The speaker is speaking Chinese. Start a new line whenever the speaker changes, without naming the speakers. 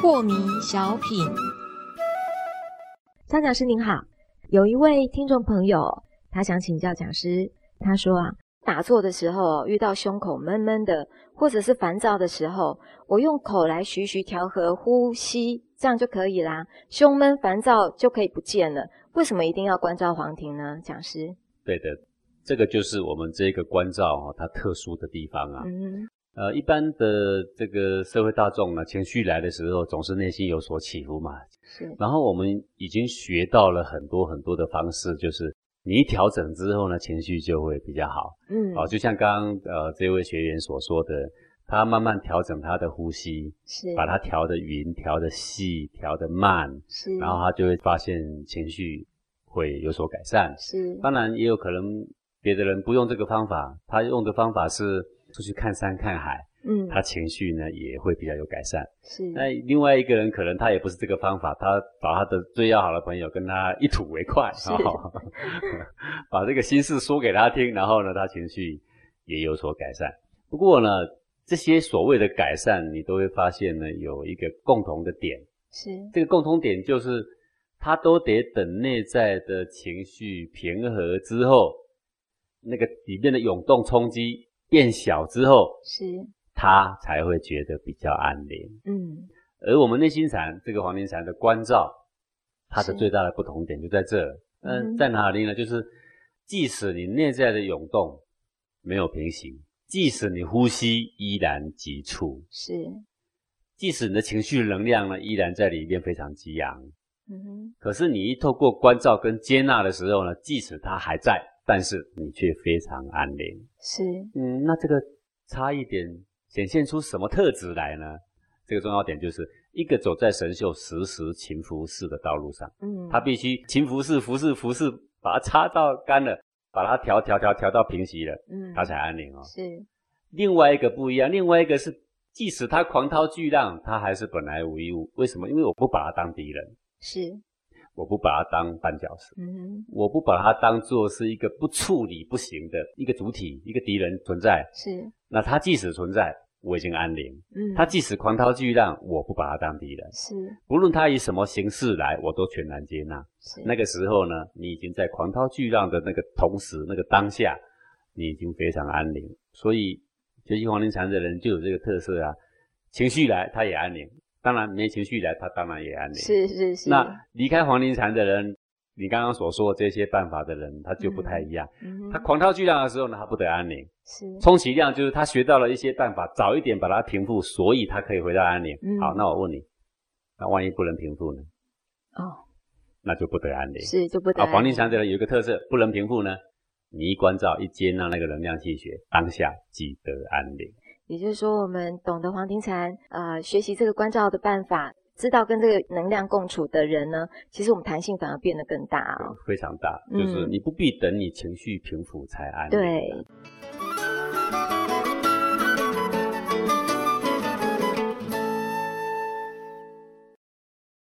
破迷小品，张讲师您好，有一位听众朋友，他想请教讲师，他说啊，打坐的时候遇到胸口闷闷的，或者是烦躁的时候，我用口来徐徐调和呼吸，这样就可以啦，胸闷烦躁就可以不见了。为什么一定要关照黄庭呢？讲师，
对的，这个就是我们这个关照哈、它特殊的地方啊。
嗯
呃，一般的这个社会大众呢，情绪来的时候总是内心有所起伏嘛。
是
然后我们已经学到了很多很多的方式，就是你一调整之后呢，情绪就会比较好。
嗯
哦，就像刚刚呃这位学员所说的，他慢慢调整他的呼吸，
是
把它调的匀、调的细、调的慢，
是，
然后他就会发现情绪会有所改善。
是
当然也有可能别的人不用这个方法，他用的方法是出去看山看海，
嗯
他情绪呢也会比较有改善。
是
那另外一个人可能他也不是这个方法，他找他的最要好的朋友跟他一吐为快，
是
把这个心事说给他听，然后呢，他情绪也有所改善。不过呢，这些所谓的改善，你都会发现呢有一个共同的点，
是
这个共通点就是，他都得等内在的情绪平和之后，那个里面的涌动冲击变小之后，
是
他才会觉得比较安宁。
嗯
而我们内心禅这个黄庭禅的关照，它的
是
最大的不同点就在这。
嗯
嗯，在哪里呢？就是即使你内在的涌动没有平息，即使你呼吸依然急促，
是
即使你的情绪能量呢依然在里面非常激昂。
嗯哼
可是你一透过关照跟接纳的时候呢，即使它还在，但是你却非常安宁。
是
嗯，那这个差异点显现出什么特质来呢？这个重要点就是一个走在神秀时时勤拂拭的道路上，
嗯
他必须勤拂拭、拂拭、拂拭，把它擦到干了，把它调调调调到平息了，
嗯
它才安宁哦。
是
另外一个不一样，另外一个是即使它狂涛巨浪，它还是本来无一物。为什么？因为我不把它当敌人，
是
我不把它当绊脚石。
嗯哼
我不把它当做是一个不处理不行的一个主体、一个敌人存在，
是
那它即使存在，我已经安宁；
嗯
它即使狂涛巨浪，我不把它当敌人。
是
不论它以什么形式来，我都全然接纳。
是
那个时候呢，你已经在狂涛巨浪的那个同时、那个当下，你已经非常安宁。所以学习黄庭禅的人就有这个特色啊，情绪来他也安宁，当然没情绪来他当然也安宁。
是是是
那离开黄庭禅的人，你刚刚所说的这些办法的人，他就不太一样。
嗯
他
哼
狂涛巨浪的时候呢，他不得安宁；
是
充其量就是他学到了一些办法，早一点把它平复，所以他可以回到安宁。
嗯
好，那我问你，那万一不能平复呢？
哦
那就不得安宁。
是就不得
啊，黄庭禅的人有一个特色，不能平复呢，你一关照，一接纳那个能量气血，当下即得安宁。
也就是说，我们懂得黄庭禅，呃，学习这个关照的办法，知道跟这个能量共处的人呢，其实我们弹性反而变得更大哦。
非常大，就是
嗯
你不必等你情绪平复才安宁。
对，